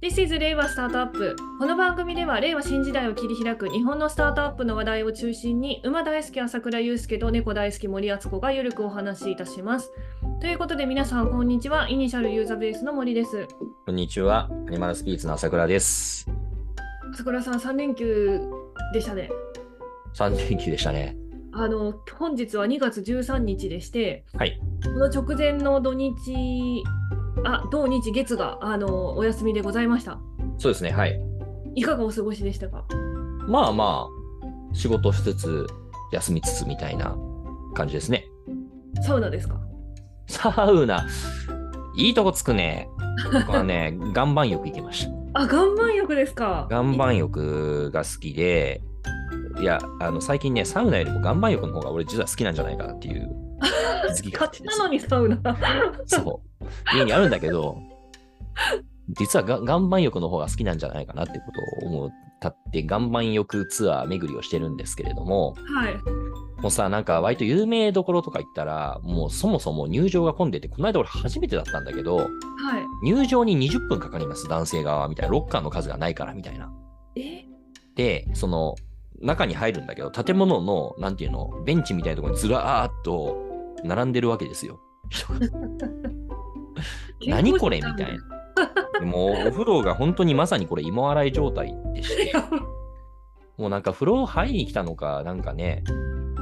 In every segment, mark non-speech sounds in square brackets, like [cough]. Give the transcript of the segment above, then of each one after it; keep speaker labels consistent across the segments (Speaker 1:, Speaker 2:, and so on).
Speaker 1: This is 令和スタートアップこの番組では令和新時代を切り開く日本のスタートアップの話題を中心に馬大好き朝倉祐介と猫大好き森敦子がゆるくお話しいたしますということで皆さんこんにちはイニシャルユーザーベースの森です
Speaker 2: こんにちは。アニマルスピーツの朝倉です。
Speaker 1: 朝倉さん3連休でしたね
Speaker 2: 3連休でしたね。
Speaker 1: あの本日は2月13日でして、
Speaker 2: はい
Speaker 1: この直前の土日あ土日月があのお休みでございました
Speaker 2: そうですね。はい。
Speaker 1: いかがお過ごしでしたか
Speaker 2: まあまあ、仕事しつつ、休みつつみたいな感じですね。
Speaker 1: サウナですか
Speaker 2: サウナ、いいとこつくね。僕はね、 [laughs] 岩盤浴行きまし
Speaker 1: あ岩盤浴ですか
Speaker 2: た。岩盤浴が好きで、いや、あの、最近ね、サウナよりも岩盤浴の方が俺実は好きなんじゃないかなっていう気づきがあ
Speaker 1: 買っ
Speaker 2: ってで
Speaker 1: た
Speaker 2: す
Speaker 1: のにサウナ。
Speaker 2: そう。家にあるんだけど、実はが岩盤浴の方が好きなんじゃないかなってことを思ったって、岩盤浴ツアー巡りをしてるんですけれども、
Speaker 1: はい。
Speaker 2: もうさ、なんか割と有名どころとか行ったら、もうそもそも入場が混んでて、この間俺初めてだったんだけど、
Speaker 1: は
Speaker 2: 入場に20分かかります、男性側はみたいな、ロッカーの数がないからみたいな。
Speaker 1: い。え
Speaker 2: で、その、中に入るんだけど、建物の、なんていうの、ベンチみたいなところにずらーっと並んでるわけですよ。人が何これみたいな。もうお風呂が本当にまさにこれ芋洗い状態でして、もうなんか風呂入りに来たのか、なんかね、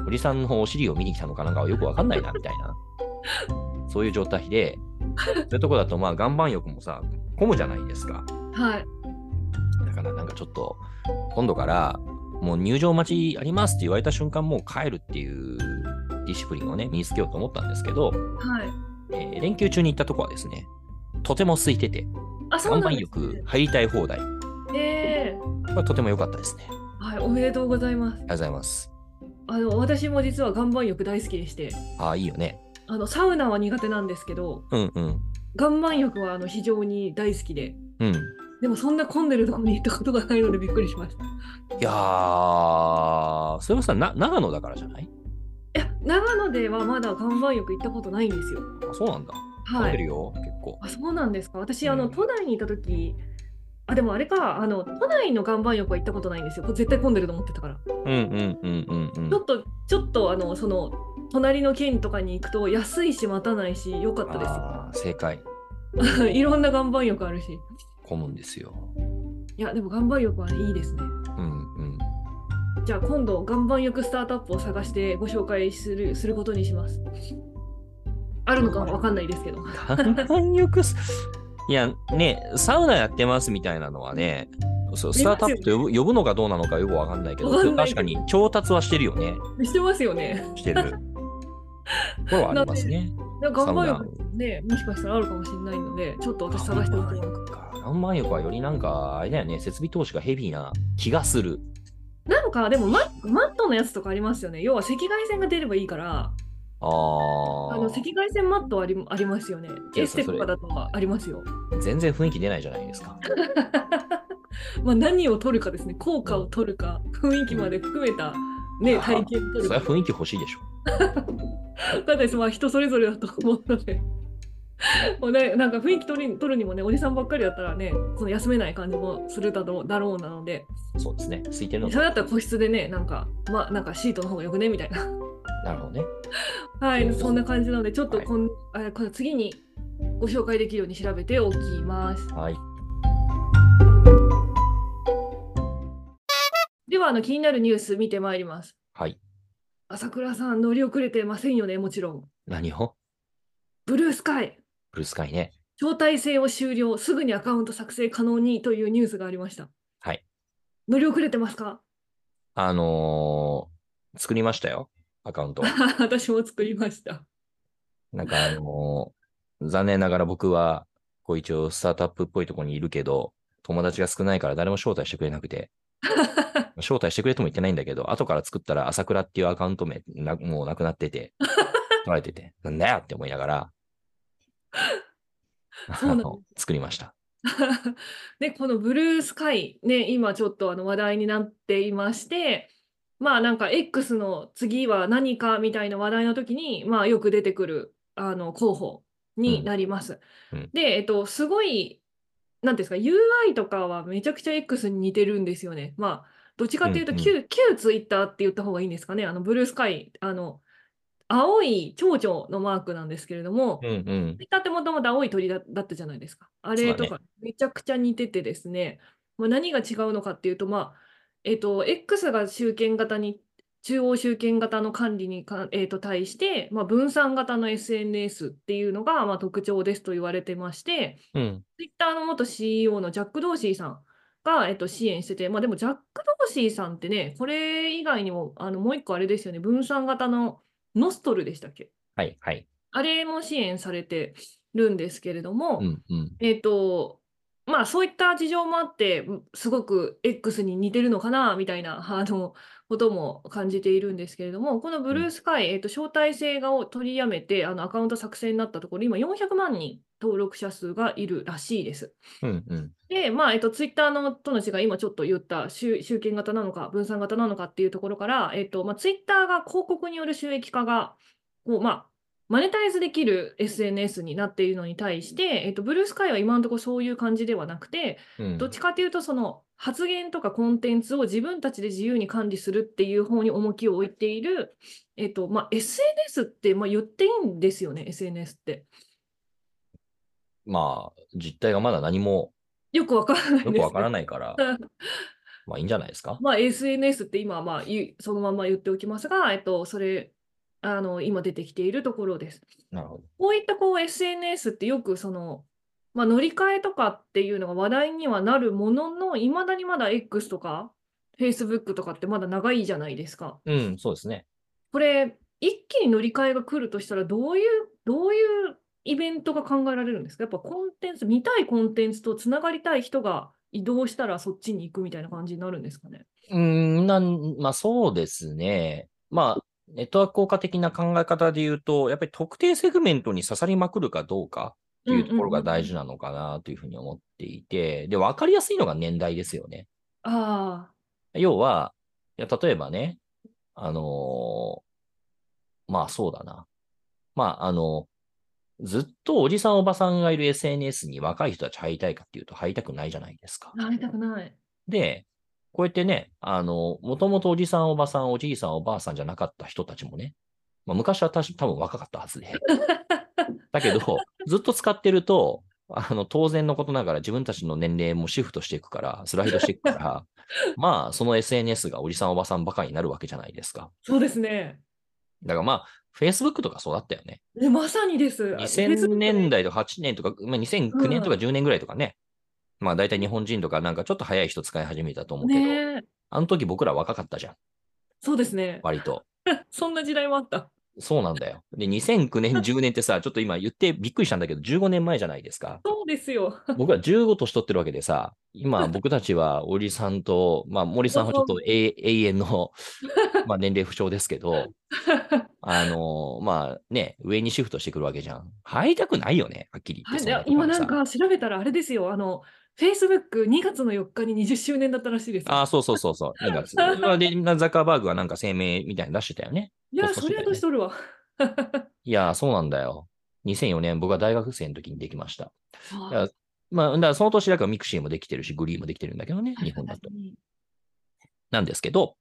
Speaker 2: 堀さんのお尻を見に来たのかなんかはよくわかんないなみたいな、そういう状態で、そういうとこだとまあ岩盤浴もさ、混むじゃないですか。
Speaker 1: はい。
Speaker 2: だからなんかちょっと、今度からもう入場待ちありますって言われた瞬間、もう帰るっていうディシプリンをね、身につけようと思ったんですけど、
Speaker 1: はい。
Speaker 2: えー連休中に行ったとこはですね、とても空いてて、
Speaker 1: あ、そうな
Speaker 2: 岩
Speaker 1: ん
Speaker 2: 盤
Speaker 1: ですね
Speaker 2: 浴入りたい放題。
Speaker 1: ええ
Speaker 2: まあ、とても良かったですね。あり
Speaker 1: はい、おめでとうございます。
Speaker 2: がとうございます。
Speaker 1: あの、私も実は岩盤浴大好きでして、
Speaker 2: ああ、いいよね。
Speaker 1: あの、サウナは苦手なんですけど、
Speaker 2: うんうん。
Speaker 1: 岩盤浴はあの非常に大好きで、
Speaker 2: うん。い
Speaker 1: でもそんな混んでるところに行ったことがないのでびっくりしました。い
Speaker 2: やー、それはさ、な長野だからじゃない
Speaker 1: や、長野ではまだ岩盤浴行ったことないんですよ。
Speaker 2: あそうなんだ。
Speaker 1: は
Speaker 2: 食べ
Speaker 1: い
Speaker 2: る。よ、結構。
Speaker 1: あそうなんですか私あの、
Speaker 2: うん
Speaker 1: 都内にいた時あでもあれかあの都内の岩盤浴は行ったことないんですよこれ絶対混んでると思ってたから、
Speaker 2: うんうんうんうんうん
Speaker 1: ちょ。っとちょっとあのその隣の県とかに行くと安いし待たないし良かった
Speaker 2: あー正解。
Speaker 1: ですよ [laughs] いろんな岩盤浴あるし
Speaker 2: 混むんですよ。
Speaker 1: いやでも岩盤浴は、ね、いいですね
Speaker 2: うん [laughs] うん。
Speaker 1: じゃあ今度岩盤浴スタートアップを探してご紹介するすることにしますあるのかわかんないですけど [laughs]
Speaker 2: 岩盤浴す、いや、ね、サウナやってますみたいなのはね、そうスタートアップと呼ぶ呼ぶのかどうなのかよくわかんないけど、
Speaker 1: わかんないけ
Speaker 2: 確
Speaker 1: ど
Speaker 2: かに調達はしてるよね。
Speaker 1: してますよね
Speaker 2: してる。 [laughs] これはありますね。
Speaker 1: 岩
Speaker 2: サ
Speaker 1: 盤
Speaker 2: ウナ
Speaker 1: 浴。ねもしかしたらあるかもしれないのでちょっと私探してみてもらう
Speaker 2: か。岩盤浴はよりなんか、あれだよね、設備投資がヘビーな気がする。
Speaker 1: なんかでもママットのやつとかありますよね。要は赤外線が出ればいいから、
Speaker 2: あ
Speaker 1: あ
Speaker 2: ー
Speaker 1: の赤外線マットありありますよね。
Speaker 2: いや
Speaker 1: エステとかだとありますよ。 [laughs]
Speaker 2: 全然雰囲気出ないじゃないですか。
Speaker 1: まあ何を取るかですね。効果を取るか、雰囲気まで含めた、ね、
Speaker 2: あー
Speaker 1: 体験
Speaker 2: そ
Speaker 1: 取
Speaker 2: れ
Speaker 1: る
Speaker 2: は
Speaker 1: か。
Speaker 2: 雰囲気欲しいでしょ。
Speaker 1: ただまあ人それぞれだと思うので。 [laughs] もうね、なんか雰囲気取る取るにもね、おじさんばっかりだったらね、その休めない感じもするだろうだろうなので、
Speaker 2: そうですね。空いてるの
Speaker 1: それだったら個室でね、なんか、まあ、なんかシートの方がよくねみたいな
Speaker 2: なるほどね。
Speaker 1: はい、そんな感じなので、ちょっと
Speaker 2: はい
Speaker 1: こん、あこの次にご紹介できるように調べておきます。
Speaker 2: はい。
Speaker 1: では、あの気になるニュース見てまいります。
Speaker 2: はい。
Speaker 1: 朝倉さん、乗り遅れてませんよね、もちろん。
Speaker 2: 何を
Speaker 1: ブルースカイ、
Speaker 2: ブルースカイね。
Speaker 1: 招待制を終了、すぐにアカウント作成可能にというニュースがありました。
Speaker 2: はい。
Speaker 1: 乗り遅れてますか [laughs]
Speaker 2: あのー作りましたよ。アカウント。
Speaker 1: 私も作りました。
Speaker 2: なんかあのー残念ながら僕は、こう一応スタートアップっぽいところにいるけど、友達が少ないから誰も招待してくれな
Speaker 1: [laughs]
Speaker 2: くて、招待してくれとも言ってないんだけど、後から作ったら朝倉っていうアカウント名な、もうなくなって
Speaker 1: [laughs]
Speaker 2: て、取られてて、なんだよって思いながら、
Speaker 1: そうなんです
Speaker 2: あの作りました。
Speaker 1: でこのブルースカイ、ね、今ちょっとあの話題になっていまして、まあなんか X の次は何かみたいな話題の時に、まあよく出てくるあの候補になります。
Speaker 2: うんうん
Speaker 1: で、えっと、すごい、なんていうんですか、UI とかはめちゃくちゃ X に似てるんですよね。まあ、どっちかっていうと、
Speaker 2: うんうん
Speaker 1: 旧、旧ツイッターって言った方がいいんですかね。あの、ブルースカイ、あの、青い蝶々のマークなんですけれども、
Speaker 2: うんうん
Speaker 1: ツ。イッターってもともと青い鳥だだったじゃないですか。あれとか、めちゃくちゃ似ててですね、まあ、何が違うのかっていうと、まあ、えっと、X が集権型に、中央集権型の管理にか、えっと、対して、まあ、分散型の SNS っていうのが、まあ、特徴ですと言われてまして、
Speaker 2: うん。
Speaker 1: ツイッターの元 CEO のジャック・ドーシーさんが、えっと、支援してて、まあ、でもジャック・ドーシーさんってね、これ以外にもあのもう一個あれですよね、分散型のノストルでしたっけ
Speaker 2: はいはい。
Speaker 1: あれも支援されてるんですけれども、
Speaker 2: うんうん。
Speaker 1: えっと、まあそういった事情もあって、うんすごく X に似てるのかなみたいなあのことも感じているんですけれども、このブルースカイ、えっと、招待制がを取りやめて、あのアカウント作成になったところ、今400万人登録者数がいるらしいです。
Speaker 2: うんうん。
Speaker 1: で、まあ、えっと、ツイッターのとの違い、今ちょっと言った集、集権型なのか、分散型なのかっていうところから、えっと、まあ、ツイッターが広告による収益化が、こう、まあ、マネタイズできる SNS になっているのに対して、えっと、ブルースカイは今のところそういう感じではなくて、
Speaker 2: うん
Speaker 1: どっちかというと、その発言とかコンテンツを自分たちで自由に管理するっていう方に重きを置いている、えっと、まあ、SNS って、まあ、言っていいんですよね、SNS って。
Speaker 2: まあ、実態がまだ何も
Speaker 1: よくわからないで
Speaker 2: よく
Speaker 1: す
Speaker 2: わから
Speaker 1: ね。
Speaker 2: な
Speaker 1: [laughs]
Speaker 2: いから、まあいいんじゃないですか。
Speaker 1: まあ、SNS って今、まあ、言うそのまま言っておきますが、えっと、それ、あの、今出てきているところです。
Speaker 2: なるほど。
Speaker 1: こういったこう SNS ってよくその、まあ、乗り換えとかっていうのが話題にはなるものの、いまだにまだ X とか Facebook とかってまだ長いじゃないですか。
Speaker 2: うん、そうですね。
Speaker 1: これ、一気に乗り換えが来るとしたら、どういう、どういうイベントが考えられるんですかやっぱコンテンツ、見たいコンテンツとつながりたい人が移動したらそっちに行くみたいな感じになるんですかね。
Speaker 2: うーん、なん、まあそうですね。まあ、ネットワーク効果的な考え方で言うと、やっぱり特定セグメントに刺さりまくるかどうかっていうところが大事なのかなというふうに思っていて、で、わかりやすいのが年代ですよね。
Speaker 1: ああ、
Speaker 2: 要は、いや例えばね、あのーまあそうだな。まああの、ずっとおじさんおばさんがいる SNS に若い人たち入りたいかっていうと入りたくないじゃないですか。
Speaker 1: なりたくない。
Speaker 2: で、こうやってね、あの、もともとおじさん、おばさん、おじいさん、おばあさんじゃなかった人たちもね、まあ、昔はたし多分若かった
Speaker 1: [laughs]
Speaker 2: はずで。だけど、ずっと使ってると、あの、当然のことながら自分たちの年齢もシフトしていくから、スライドしていく
Speaker 1: [laughs]
Speaker 2: から、まあ、その SNS がおじさん、おばさんばかりになるわけじゃないですか。
Speaker 1: そうですね。
Speaker 2: だからまあ、Facebook とかそうだったよね。
Speaker 1: えまさにです。
Speaker 2: 2000
Speaker 1: Facebook
Speaker 2: 年代とか8年とか、まあ、2009年とか10年ぐらいとかね。まあ、大体日本人とかなんかちょっと早い人使い始めたと思うけど、
Speaker 1: ねえ
Speaker 2: あの時僕ら若かったじゃん。
Speaker 1: そうですね。
Speaker 2: 割と。
Speaker 1: そんな時代もあった。
Speaker 2: そうなんだよ。で、2009年、10年っ
Speaker 1: [laughs]
Speaker 2: てさ、ちょっと今言ってびっくりしたんだけど、15年前じゃないですか。
Speaker 1: そうですよ。
Speaker 2: 僕ら15年取ってるわけでさ、今僕たちはおじさんと、まあ森さんはちょっと永永遠の、まあ年齢不詳ですけ
Speaker 1: [laughs]
Speaker 2: ど、あのーまあね、上にシフトしてくるわけじゃん。入りたくないよね、はっきり言って。そ
Speaker 1: はい
Speaker 2: とこ
Speaker 1: 今
Speaker 2: ろに
Speaker 1: な
Speaker 2: さ
Speaker 1: ん。か調べたらあれですよ。あの、Facebook2 月の4日に20周年だったらしいです。
Speaker 2: ああ、そうそうそうそう。
Speaker 1: [laughs]
Speaker 2: なんか、それはで、ザッカーバーグはなんか声明みたいに出してたよね。
Speaker 1: いや、
Speaker 2: そうそ
Speaker 1: そうりゃ年取るわ。
Speaker 2: いやー、そうなんだよ。2004年、僕は大学生の時にできました。い
Speaker 1: あ
Speaker 2: やまあ、だからその年だからミクシーもできてるし、グリーンもできてるんだけどね、日本だと。なんですけど、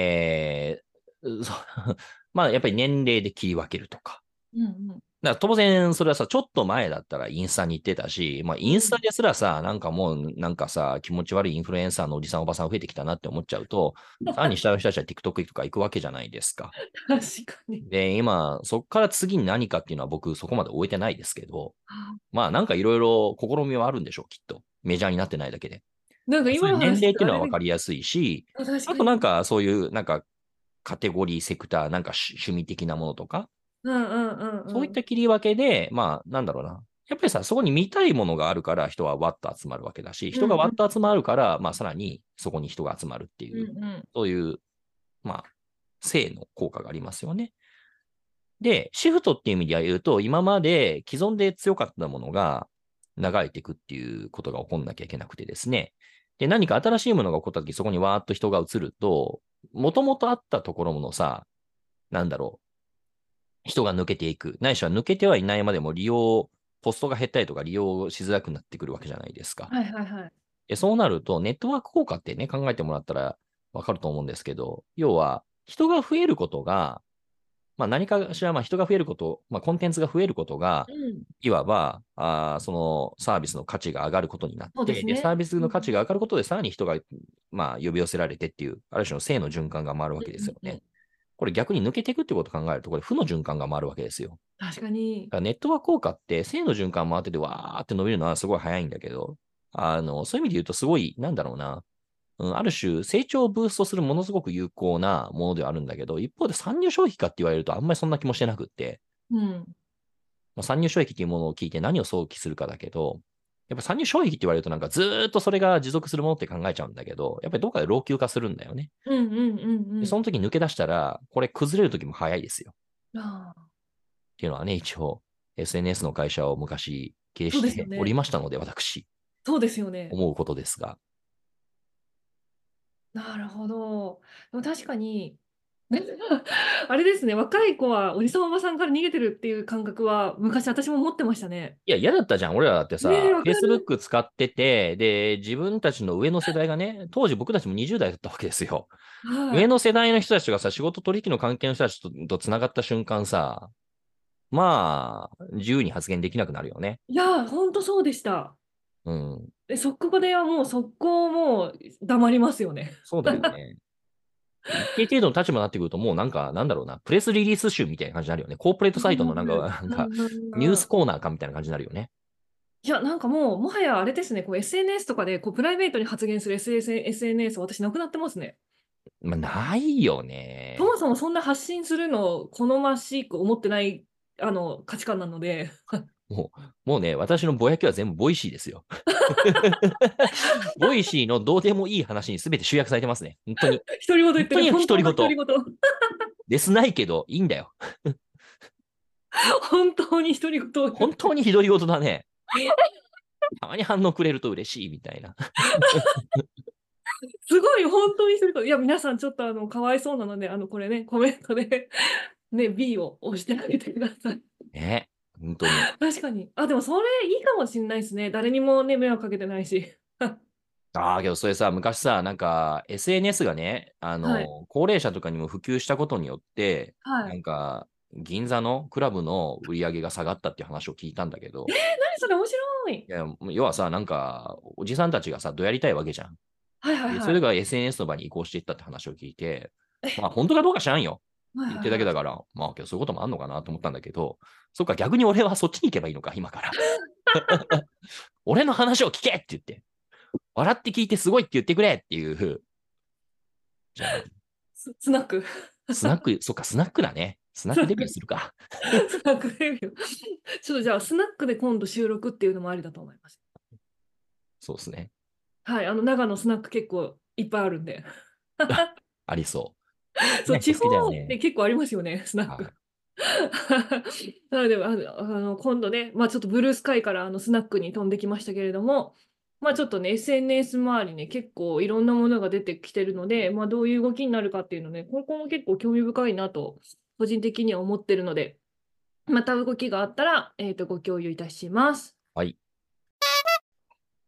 Speaker 2: えー、そう [laughs] まあ、やっぱり年齢で切り分けるとか。
Speaker 1: うんうん。
Speaker 2: だから当然、それはさ、ちょっと前だったらインスタに行ってたし、まあ、インスタですらさ、なんかもう、なんかさ、気持ち悪いインフルエンサーのおじさん、おばさん増えてきたなって思っちゃう [laughs] と、単に下の人たちは TikTok とか行くわけじゃないですか。
Speaker 1: 確かに。
Speaker 2: で、今、そこから次に何かっていうのは僕、そこまで終えてないですけど、
Speaker 1: あ
Speaker 2: まあ、なんかいろいろ試みはあるんでしょう、きっと。メジャーになってないだけで。
Speaker 1: なんか
Speaker 2: そ
Speaker 1: 今
Speaker 2: うい
Speaker 1: の
Speaker 2: う年
Speaker 1: 話
Speaker 2: 齢っていうのは分
Speaker 1: 分
Speaker 2: かりやすいし、
Speaker 1: 確か
Speaker 2: あ
Speaker 1: に
Speaker 2: となんかそういうなんかカテゴリー、セクター、なんか趣趣味的なものとか、
Speaker 1: うんうんうんうん。
Speaker 2: そういった切り分けで、まあなんだろうな。やっぱりさ、そこに見たいものがあるから人はわっと集まるわけだし、人がわっと集まるから、まあさらにそこに人が集まるって
Speaker 1: う
Speaker 2: いう、
Speaker 1: んうん。
Speaker 2: そういう、まあ、性の効果がありますよね。で、シフトっていう意味で言うと、今まで既存で強かったものが流れていくっていうことが起こんなきゃいけなくてですね。で、何か新しいものが起こった時、そこにわーっと人が移ると、もともとあったところのさ、なんだろう、人が抜けていく。ないしは抜けてはいないまでも利用ポストが減ったりとか利用しづらくなってくるわけじゃないですか。
Speaker 1: はいはいはい。
Speaker 2: えそうなると、ネットワーク効果ってね、考えてもらったらわかると思うんですけど、要は、人が増えることが、まあ、何かしら、まあ、人が増えること、まあ、コンテンツが増えることが、
Speaker 1: うん。
Speaker 2: いわばあーそのサービスの価値が上がることにな
Speaker 1: そ
Speaker 2: っ
Speaker 1: う
Speaker 2: て、
Speaker 1: ですね
Speaker 2: サービスの価値が上がることで、さらに人が、まあ、呼び寄せられてっていう、ある種の正の循環が回るわけですよ
Speaker 1: うんうんう
Speaker 2: ね。これ逆に抜けていくってことを考えると、これ負の循環が回るわけですよ。
Speaker 1: 確かに
Speaker 2: だか。らネットワーク効果って、正の循環回ってて、わーって伸びるのはすごい早いんだけど、あの、そういう意味で言うと、すごい、なんだろうな、うん、ある種、成長をブーストするものすごく有効なものではあるんだけど、一方で参入障壁かって言われると、あんまりそんな気もしてなくって、
Speaker 1: うん。
Speaker 2: まあ、参入障壁っていうものを聞いて何を想起するかだけど、やっぱ参入障壁って言われると、なんかずーっとそれが持続するものって考えちゃうんだけど、やっぱりどっかで老朽化するんだよね。
Speaker 1: うんうんうんう
Speaker 2: で
Speaker 1: ん。
Speaker 2: その時抜け出したら、これ崩れる時も早いですよ。
Speaker 1: ああ
Speaker 2: っていうのはね、一応、SNS の会社を昔経営
Speaker 1: そうで
Speaker 2: し
Speaker 1: す
Speaker 2: て
Speaker 1: よね
Speaker 2: おりましたので、私、
Speaker 1: そうですよね。
Speaker 2: 思うことですが。
Speaker 1: なるほど。でも確かに、 [laughs] あれですね、若い子はおじさんおばさんから逃げてるっていう感覚は昔私も持ってましたね。
Speaker 2: いや、嫌だったじゃん。俺らだってさ、
Speaker 1: ねえわかる
Speaker 2: Facebook 使ってて、で、自分たちの上の世代がね、当時僕たちも20代だったわけですよ。
Speaker 1: はい
Speaker 2: 上の世代の人たちがさ、仕事取引の関係の人たちとと繋がった瞬間さ、まあ、自由に発言できなくなるよね。
Speaker 1: いや、本当そうでした。
Speaker 2: うん。
Speaker 1: で、そこではもう速攻もう黙りますよね。
Speaker 2: そうだよね。一定程度の立場になってくると、もうなんか、なんだろうな、プレスリリース集みたいな感じになるよね。コーポレート [laughs] サイトのなんか、なんか、ニュースコーナーかみたいな感じになるよね。
Speaker 1: いや、なんかもう、もはやあれですね、こう SNS とかでこうプライベートに発言する SNS、私なくなってますね。
Speaker 2: まあ、ないよね
Speaker 1: そ。もそもそんな発信するのを好ましく思ってないあの価値観なので、 [laughs]
Speaker 2: もうね、私のぼやきは全部ボイシー
Speaker 1: [laughs]
Speaker 2: ですよ。ボイシーのどうでもいい話に全て集約されてますね。本当に。
Speaker 1: 独り言言ってる。
Speaker 2: 本当に独り言
Speaker 1: 本当に独り
Speaker 2: ですないけど、いいんだよ。
Speaker 1: 言。本当に独り言を言
Speaker 2: 本
Speaker 1: う。
Speaker 2: 当にひどいことだね。たまに反応くれると嬉しいみたいな。
Speaker 1: すごい、本当に独り言。いや、皆さんちょっとあの、かわいそうなので、あの、これね、コメントで、 [laughs] ね、B を押してあげてください。
Speaker 2: ね。本当に。
Speaker 1: 確かに。あ、でもそれいいかもしれないですね。誰にもね、迷惑かけてないし。
Speaker 2: ああ、けどそれさ、昔さ、なんか SNS がね、あの、
Speaker 1: はい
Speaker 2: 高齢者とかにも普及したことによって、
Speaker 1: は。
Speaker 2: ないんか、銀座のクラブの売り上げが下がったっていう話を聞いたんだけど。
Speaker 1: 何それ面白い。
Speaker 2: いや要はさ、なんか、おじさんたちがさ、どやりたいわけじゃん。
Speaker 1: はいはいはい。
Speaker 2: それが SNS の場に移行していったって話を聞い
Speaker 1: [laughs]
Speaker 2: て、まあ、本当かどうか知らんよ。
Speaker 1: はい
Speaker 2: 言ってるだけだから、まあ、けどそういうこともあんのかなと思ったんだけど、そっか、逆に俺はそっちに行けばいいのか、今
Speaker 1: [laughs]
Speaker 2: から。 [laughs] 俺の話を聞けって言って、笑って聞いてすごいって言ってくれっていう。じゃ
Speaker 1: ススナック。
Speaker 2: あ、スナック、そっか、スナックだね。スナックデビューするか。
Speaker 1: [laughs] スナックレビュー。ちょっとじゃあ、スナックで今度収録っていうのもありだと思います。
Speaker 2: そうですね。
Speaker 1: はい、あの、長野スナック結構いっぱいあるんで。
Speaker 2: ありそう。
Speaker 1: そう、
Speaker 2: スナ
Speaker 1: 地
Speaker 2: ック好きだよ
Speaker 1: 方
Speaker 2: ね
Speaker 1: で結構ありますよね、スナック
Speaker 2: はい。
Speaker 1: [laughs] なので、あの、あの今度ね、まあちょっとブルースカイからあのスナックに飛んできましたけれども、まあちょっとね、SNS 周りね、結構いろんなものが出てきてるので、まあどういう動きになるかっていうのね、ここも結構興味深いなと、個人的には思ってるので、また動きがあったら、えっと、ご共有いたします。
Speaker 2: はい。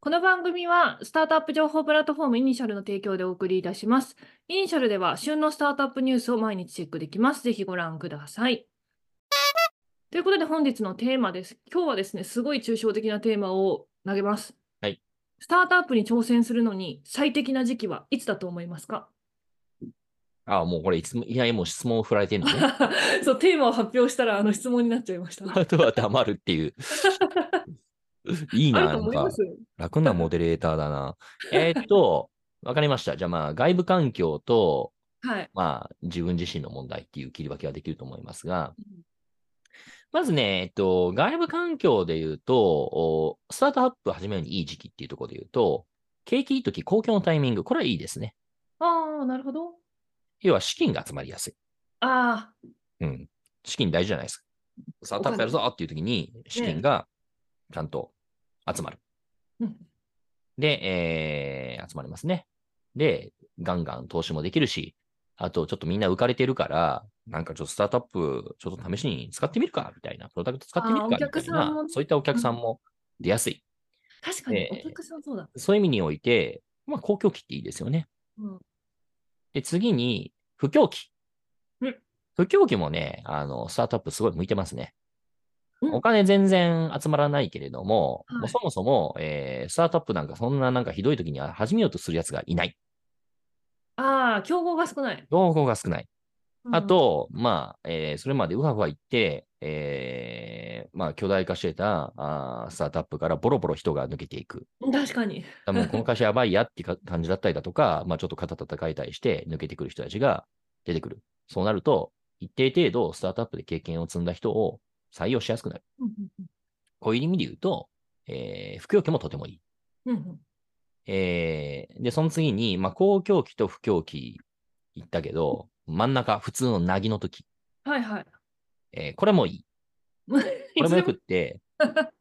Speaker 1: この番組は、スタートアップ情報プラットフォームイニシャルの提供でお送りいたします。イニシャルでは旬のスタートアップニュースを毎日チェックできます。ぜひご覧ください。ということで本日のテーマです。今日はですね、すごい抽象的なテーマを投げます。
Speaker 2: はい。
Speaker 1: スタートアップに挑戦するのに最適な時期はいつだと思いますか [laughs]
Speaker 2: ああ、もうこれ、いつも、いやいや、もう質問を振られてるのね。
Speaker 1: そう、テーマを発表したらあの質問になっちゃいま
Speaker 2: [laughs]
Speaker 1: した。
Speaker 2: あとは黙るっていう。いい
Speaker 1: あ
Speaker 2: な、
Speaker 1: ると
Speaker 2: なん
Speaker 1: 思いま
Speaker 2: か。
Speaker 1: す。
Speaker 2: 楽なモデレーターだな。えーっと、わかりました。じゃあまあ、外部環境と、
Speaker 1: はい。
Speaker 2: まあ、自分自身の問題っていう切り分けができると思いますが、まずね、えっと、外部環境で言うと、おスタートアップ始めるのにいい時期っていうところで言うと、景気いい時、公共のタイミング、これはいいですね。
Speaker 1: ああ、なるほど。
Speaker 2: 要は資金が集まりやすい。
Speaker 1: あ
Speaker 2: うん。資金大事じゃないですか。スタートアップやるぞっていう時に、資金がちゃんと集まる。
Speaker 1: あ、うん
Speaker 2: で、えー集まりますね。で、ガンガン投資もできるし、あとちょっとみんな浮かれてるから、なんかちょっとスタートアップ、ちょっと試しに使ってみるかみたいな、プロダクト使ってみる
Speaker 1: あ
Speaker 2: か
Speaker 1: ー
Speaker 2: みた
Speaker 1: お客
Speaker 2: い
Speaker 1: さんも
Speaker 2: な、そういったお客さんも出やすい。
Speaker 1: 確かに、
Speaker 2: えー
Speaker 1: お客さんそうだ。
Speaker 2: そういう意味において、まあ、公共機っていいですよね。
Speaker 1: うん、
Speaker 2: で、次に、不況機。
Speaker 1: うん
Speaker 2: 不況機もね、あの、スタートアップすごい向いてますね。
Speaker 1: うん
Speaker 2: お金全然集まらないけれども、
Speaker 1: はい
Speaker 2: もうそもそも、えースタートアップなんかそんななんかひどい時には始めようとするやつがいない。
Speaker 1: ああ、競合が少ない。
Speaker 2: 情報が少ない。
Speaker 1: うん
Speaker 2: あ、と、まあ、えーそれまでうわうわ言って、えーまあ、巨大化してたあースタートアップからボロボロ人が抜けていく。
Speaker 1: 確かに。
Speaker 2: 多分この会社やばいやってか感じだったりだとか、 [laughs] まあ、ちょっと肩叩かれたりして抜けてくる人たちが出てくる。そうなると、一定程度スタートアップで経験を積んだ人を採用しやすくなる。
Speaker 1: うんうん
Speaker 2: こういう意味で言うと、えー、不況期もとてもいい。
Speaker 1: うんうん
Speaker 2: えーで、その次に、まあ、公共期と不況期言ったけど、真ん中、普通のなぎの時。
Speaker 1: うんはいはい。
Speaker 2: えーこれもいい。これもよくっ
Speaker 1: いつ
Speaker 2: て、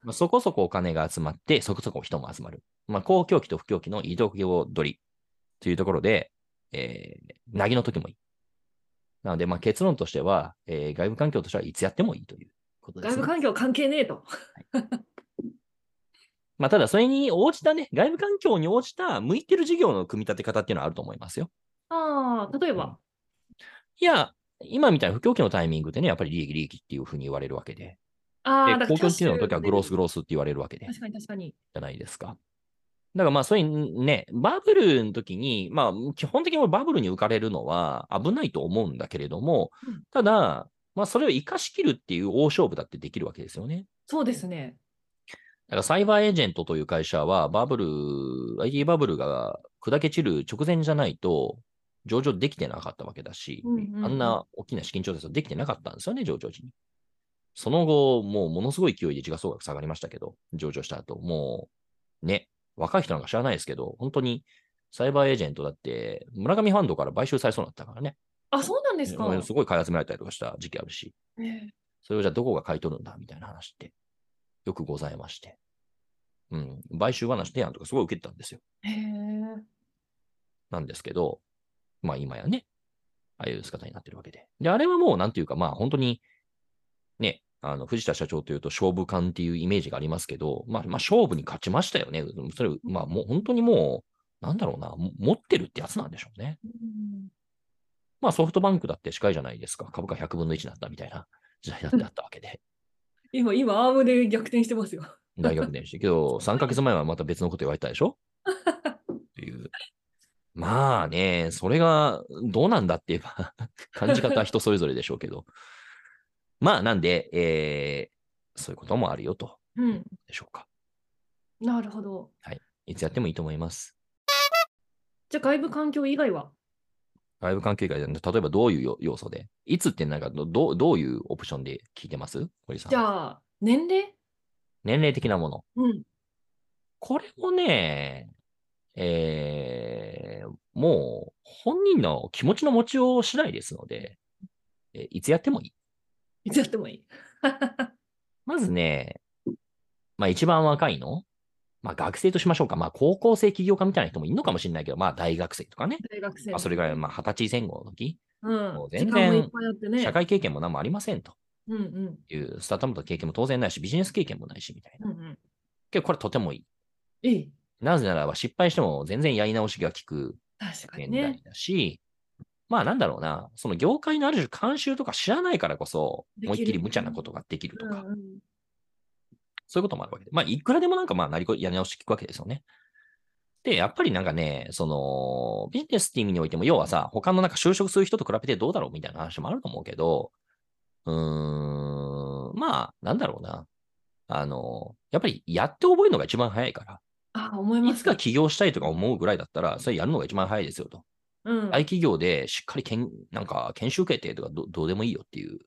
Speaker 2: まあそこそこお金が集まって、そこそこ人も集まる。まあ、公共機と不況機の移動業取りというところで、えー、なぎの時もいい。なので、まあ、結論としては、えー外部環境としてはいつやってもいいということ
Speaker 1: も
Speaker 2: で
Speaker 1: 外
Speaker 2: す、
Speaker 1: 部
Speaker 2: ね。
Speaker 1: 環境関係ねえと。
Speaker 2: まあ、ただ、それに応じたね、外部環境に応じた向いてる事業の組み立て方っていうのはあると思いますよ。
Speaker 1: ああ、例えば。
Speaker 2: いや、今みたいな不況期のタイミングでね、やっぱり利益利益っていうふうに言われるわけで、
Speaker 1: ああ、
Speaker 2: で公
Speaker 1: キャ
Speaker 2: 共
Speaker 1: ッ
Speaker 2: って
Speaker 1: シ
Speaker 2: い
Speaker 1: ュ
Speaker 2: うの時はグロースグロースって言われるわけで。
Speaker 1: 確かに確かに。
Speaker 2: じゃないですか。だからまあ、そういうね、バブルの時に、まあ、基本的に俺バブルに浮かれるのは危ないと思うんだけれども
Speaker 1: うん、
Speaker 2: ただ、まあ、それを生かしきるっていう大勝負だってできるわけですよね。
Speaker 1: そうですね。
Speaker 2: だからサイバーエージェントという会社は、バブル、IT バブルが砕け散る直前じゃないと、上場できてなかったわけだし、
Speaker 1: うんうんうん
Speaker 2: あんな大きな資金調達はできてなかったんですよね、上場時に。その後、もうものすごい勢いで時価総額下がりましたけど、上場した後、もう、ね、若い人なんか知らないですけど、本当にサイバーエージェントだって、村上ファンドから買収されそうになったからね、
Speaker 1: あ、そうなんですか。
Speaker 2: うんすごい買い集められたりとかした時期あるし、
Speaker 1: ええ
Speaker 2: それをじゃあどこが買い取るんだみたいな話ってよくございまして。うん。買収話提案とかすごい受けてたんですよ。
Speaker 1: へえ。
Speaker 2: なんですけど、まあ今やね、ああいう姿になってるわけで。で、あれはもうなんていうかまあ本当に、ね、あの、藤田社長というと勝負感っていうイメージがありますけど、まあ、まあ勝負に勝ちましたよね。それ、まあもう本当にもう、なんだろうな、も持ってるってやつなんでしょうね。
Speaker 1: うん
Speaker 2: まあソフトバンクだって司会じゃないですか。株価100分の1だったみたいな時代だってあったわけで。
Speaker 1: 今、今、アームで逆転してますよ。
Speaker 2: 大学年して、
Speaker 1: [laughs]
Speaker 2: けど、3ヶ月前はまた別のこと言われたでしょっていう。まあね、それがどうなんだって言え
Speaker 1: [laughs]
Speaker 2: ば、感じ方は人それぞれでしょうけど。まあ、なんで、えーそういうこともあるよと、
Speaker 1: うん。
Speaker 2: でしょうか。
Speaker 1: なるほど。
Speaker 2: いつやってもいいと思います。
Speaker 1: じゃあ、外部環境以外は
Speaker 2: 外部関係外で、例えばどういうよ要素で、いつってなんかどどう、どういうオプションで聞いてます堀さ
Speaker 1: じ
Speaker 2: ん。
Speaker 1: ゃあ、年齢
Speaker 2: 年齢的なもの。
Speaker 1: うん。
Speaker 2: これもね、えーもう本人の気持ちの持ちよう次第ですので、えーいつやってもいい。
Speaker 1: いつやってもいい。
Speaker 2: まずね、まあ一番若いの、まあ学生としましょうか。まあ高校生起業家みたいな人もいるのかもしれないけど、まあ大学生とかね。
Speaker 1: 大学生
Speaker 2: まあ
Speaker 1: の。
Speaker 2: それぐらい、まあ二十歳前後の時、
Speaker 1: うん
Speaker 2: もう全然
Speaker 1: 時間もいっぱいあってね。
Speaker 2: 社会経験も何もありませんと
Speaker 1: うんうん。
Speaker 2: いう、スタートアップの経験も当然ないし、ビジネス経験もないしみたいな。
Speaker 1: うんうん。
Speaker 2: けどこれとてもいい。
Speaker 1: いい。
Speaker 2: なぜならば失敗しても全然やり直しが効く
Speaker 1: 確かに
Speaker 2: 現
Speaker 1: ね
Speaker 2: 代。だし、まあなんだろうな、その業界のある種慣習とか知らないからこそ、
Speaker 1: できる
Speaker 2: 思いっきり無茶なことができると
Speaker 1: うん
Speaker 2: か、
Speaker 1: うん
Speaker 2: そういうこともあるわけで、まあいくらでもなんかまあなりこやり直して聞くわけですよね。で、やっぱりなんかね、その、ビジネスっていう意味においても、要はさ、他のなんか就職する人と比べてどうだろうみたいな話もあると思うけど、うーん、まあ、なんだろうな。あの、やっぱりやって覚えるのが一番早いか
Speaker 1: あ、思い
Speaker 2: ら、
Speaker 1: ま
Speaker 2: いつ
Speaker 1: す。
Speaker 2: か起業したいとか思うぐらいだったら、それやるのが一番早いですよと。
Speaker 1: うん。
Speaker 2: 大企業でしっかりけんなんか研修受けてとかどどうでもいいよっていう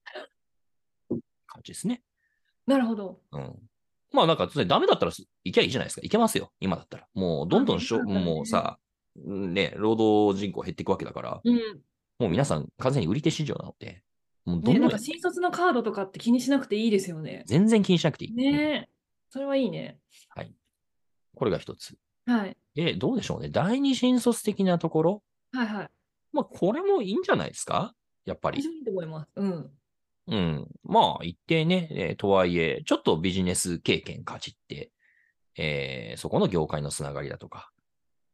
Speaker 2: 感じですね。
Speaker 1: なるほど。
Speaker 2: うん。まあなんか、ダメだったらす行きゃいいじゃないですか。行けますよ、今だったら。もうどんどんしょ、
Speaker 1: まあね
Speaker 2: もうさ、ね、労働人口減っていくわけだから、
Speaker 1: うん。
Speaker 2: もう皆さん完全に売り手市場なので、もうど
Speaker 1: ね、
Speaker 2: ん
Speaker 1: なん
Speaker 2: どん
Speaker 1: か新卒のカードとかって気にしなくていいですよね。
Speaker 2: 全然気にしなくていい。うん
Speaker 1: ねえ。それはいいね。
Speaker 2: これが一つ。
Speaker 1: はい。
Speaker 2: え、どうでしょうね。第二新卒的なところ
Speaker 1: はいはい。
Speaker 2: まあこれもいいんじゃないですかやっぱ
Speaker 1: 面。
Speaker 2: り
Speaker 1: 白いと思います。うん。
Speaker 2: うん。まあ、一定ね、えーとはいえ、ちょっとビジネス経験かじって、えーそこの業界のつながりだとか、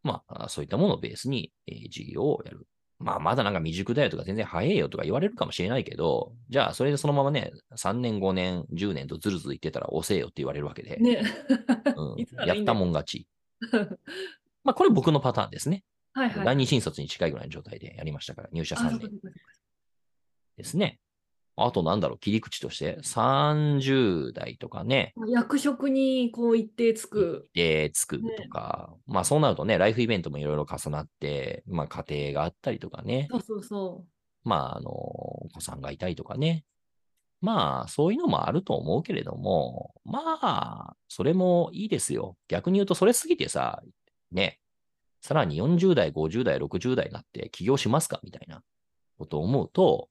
Speaker 2: まあ、そういったものをベースに、えー事業をやる。まあ、まだなんか未熟だよとか、全然早いよとか言われるかもしれないけど、じゃあ、それでそのままね、3年、5年、10年とずるずる言ってたら、遅えよって言われるわけで、
Speaker 1: ね。 [laughs]
Speaker 2: うん
Speaker 1: いつなら
Speaker 2: や
Speaker 1: いい
Speaker 2: っ
Speaker 1: んだ
Speaker 2: た
Speaker 1: よ
Speaker 2: もん
Speaker 1: [laughs]
Speaker 2: 勝ち。まあ、これ僕のパターンですね。
Speaker 1: はいはい。
Speaker 2: 第二新卒に近いぐらいの状態でやりましたから、入社
Speaker 1: あ、そ
Speaker 2: 3
Speaker 1: うか
Speaker 2: 年
Speaker 1: そ。うか
Speaker 2: ですね。あとなんだろう、切り口として、30代とかね、
Speaker 1: そうか役職にこう一定つく。
Speaker 2: で、つくとか、まあそうなるとね、ライフイベントもいろいろ重なって、まあ家庭があったりとかね、
Speaker 1: そうそうそ
Speaker 2: まああの、お子さんがいたりとかね、まあそういうのもあると思うけれども、まあ、それもいいですよ。逆に言うと、それ過ぎてさ、ね、さらに40代、50代、60代になって起業しますかみたいなことを思うと、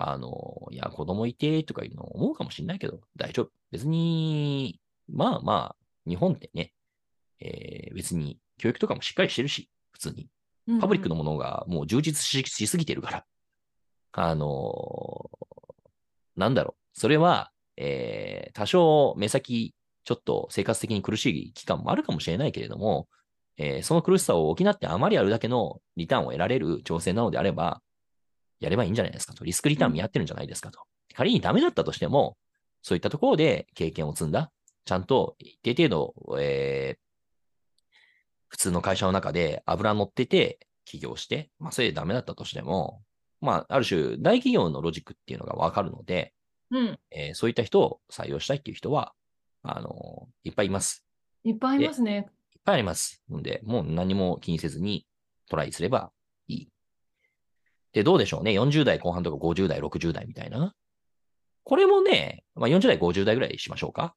Speaker 2: あの、いや、子供いてとかいうのを思うかもしれないけど、大丈夫。別に、まあまあ、日本ってね、えー別に教育とかもしっかりしてるし、普通に。
Speaker 1: う。うん
Speaker 2: パブリックの。ものがもう充実ししすぎてるから。あのーなんだろう。それは、えー多少目先、ちょっと生活的に苦しい期間もあるかもしれないけれども、えーその苦しさを補ってあまりあるだけのリターンを得られる挑戦なのであれば、やればいいんじゃないですかと。リスクリターン見合ってるんじゃないですかと。仮にダメだったとしても、そういったところで経験を積んだ、ちゃんと一定程度、えー普通の会社の中で油乗ってて起業して、まあ、それでダメだったとしても、まあ、ある種大企業のロジックっていうのがわかるので、
Speaker 1: うん。
Speaker 2: えーそういった人を採用したいっていう人は、あのいっぱいいます。
Speaker 1: いっぱいいますね。
Speaker 2: いっぱいあります。ので、もう何も気にせずにトライすればいい。で、どうでしょうね。40代後半とか50代、60代みたいな。これもね、まあ、40代、50代ぐらいにしましょうか。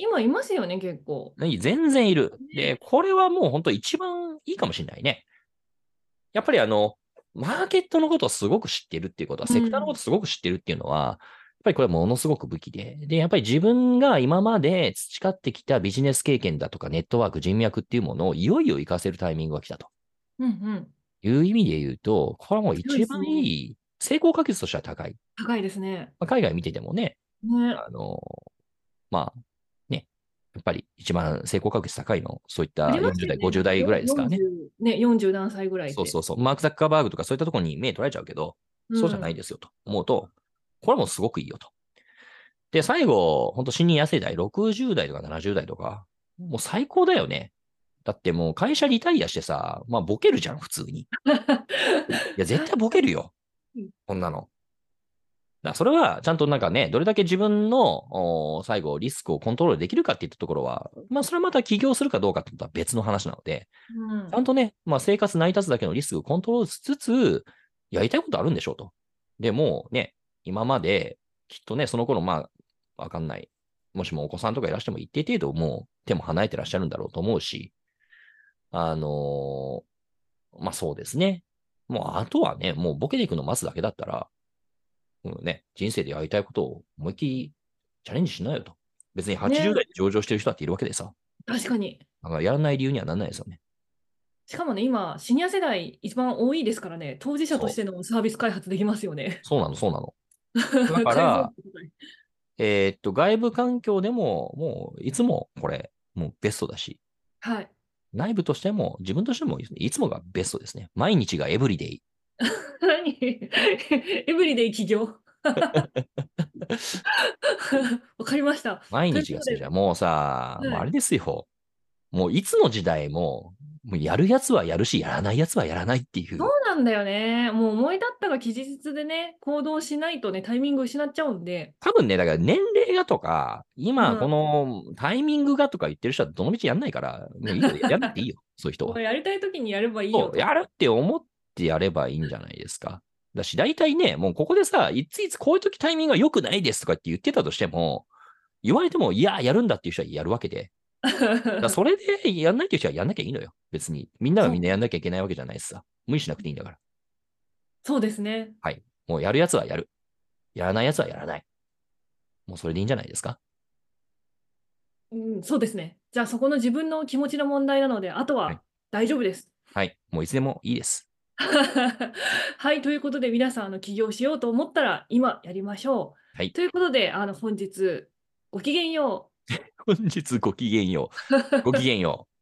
Speaker 1: 今いますよね、結構。
Speaker 2: ね全然いる。で、これはもう本当一番いいかもしれないね。やっぱりあの、マーケットのことをすごく知ってるっていうことは、
Speaker 1: うん
Speaker 2: セクターのことをすごく知ってるっていうのは、やっぱりこれはものすごく武器で、で、やっぱり自分が今まで培ってきたビジネス経験だとかネットワーク、人脈っていうものをいよいよ活かせるタイミングが来たと
Speaker 1: うんうん。
Speaker 2: いう意味で言うと、これはもう一
Speaker 1: 強い
Speaker 2: 番
Speaker 1: ですね
Speaker 2: いい、成功確率としては高い。
Speaker 1: 高いですね。
Speaker 2: まあ海外見ててもね、
Speaker 1: ね。
Speaker 2: あの、まあ、ね、やっぱり一番成功確率高いの、そういった
Speaker 1: ありますよ
Speaker 2: 40代、
Speaker 1: ね
Speaker 2: 50代ぐらいですからね。。
Speaker 1: 40ね、40何歳ぐらいって。
Speaker 2: そうそうそう。マーク・ザッカーバーグとかそういったところに目取られちゃうけど、
Speaker 1: ん
Speaker 2: そうじゃない。ですよと思うと、これもすごくいいよと。で、最後、本当新任安い代、60代とか70代とか、もう最高だよね。だってもう会社リタイアしてさ、まあボケるじゃん、普通に。いや、絶対ボケるよ
Speaker 1: うん。
Speaker 2: こんなの。だからそれは、ちゃんとなんかね、どれだけ自分のおー最後、リスクをコントロールできるかっていったところは、まあ、それはまた起業するかどうかってことは別の話なので、
Speaker 1: うん
Speaker 2: ちゃんとね、まあ、生活成り立つだけのリスクをコントロールしつつ、やりたいことあるんでしょうと。でもうね、今まで、きっとね、その頃、まあ、わかんない。もしもお子さんとかいらしても一定程度もう手も離れてらっしゃるんだろうと思うし、あのーまあそうですね。もうあとはね、もうボケていくの待つだけだったら、うんね、人生でやりたいことを思いっきりチャレンジしなよと。別に80代で上場してる人だっているわけでさ、
Speaker 1: 確かに。
Speaker 2: だからやらない理由にはならないですよね。
Speaker 1: しかもね、今、シニア世代一番多いですからね、当事者としてのサービス開発できますよね。
Speaker 2: そうなの、そうなの。
Speaker 1: [laughs] だ
Speaker 2: からえーっと、外部環境でも、もういつもこれ、もうベストだし、
Speaker 1: はい。
Speaker 2: 内部としても、自分としても、いつもがベストですね。毎日がエブリデイ。
Speaker 1: 何エブリデイ起業。わかりました。
Speaker 2: 毎日がそうじゃん。もうさ、
Speaker 1: はい
Speaker 2: もうあれですよ。もういつの時代も、もうやるやつはやるし、やらないやつはやらないっていう
Speaker 1: そう。なんだよね。もう思い立ったが期日でね、行動しないとね、タイミング失っちゃうんで。
Speaker 2: 多分ね、だから年齢がとか、今
Speaker 1: うん
Speaker 2: このタイミングがとか言ってる人はどの道やんないから、もういいよ、やんなくていいよ、そういう人は
Speaker 1: もう。やりたい時にやればいい
Speaker 2: そ
Speaker 1: よ [laughs]
Speaker 2: う、。やるって思ってやればいいんじゃないですか。だし、大体ね、もうここでさ、いついつこういう時タイミングが良くないですとかって言ってたとしても、言われても、いや、やるんだっていう人はやるわけで、だからそれでやんないっていう人はやんなきゃいいのよ。別に。みんながみんなやんなきゃいけないわけじゃないしさ。無理しなくていいんだから。
Speaker 1: そうですね。
Speaker 2: もうやるやつはやる。やらないやつはやらない。もうそれでいいんじゃないですか。
Speaker 1: うん、そうですね。じゃあそこの自分の気持ちの問題なので、あと
Speaker 2: はい
Speaker 1: は大丈夫です。 [laughs]
Speaker 2: はい。もういつでもいいです。
Speaker 1: はい、ということで皆さんあの起業しようと思ったら今やりましょう。
Speaker 2: はい
Speaker 1: ということであの本日ごきげんよう。
Speaker 2: [laughs] 本日ごきげんよう。ごきげんよう。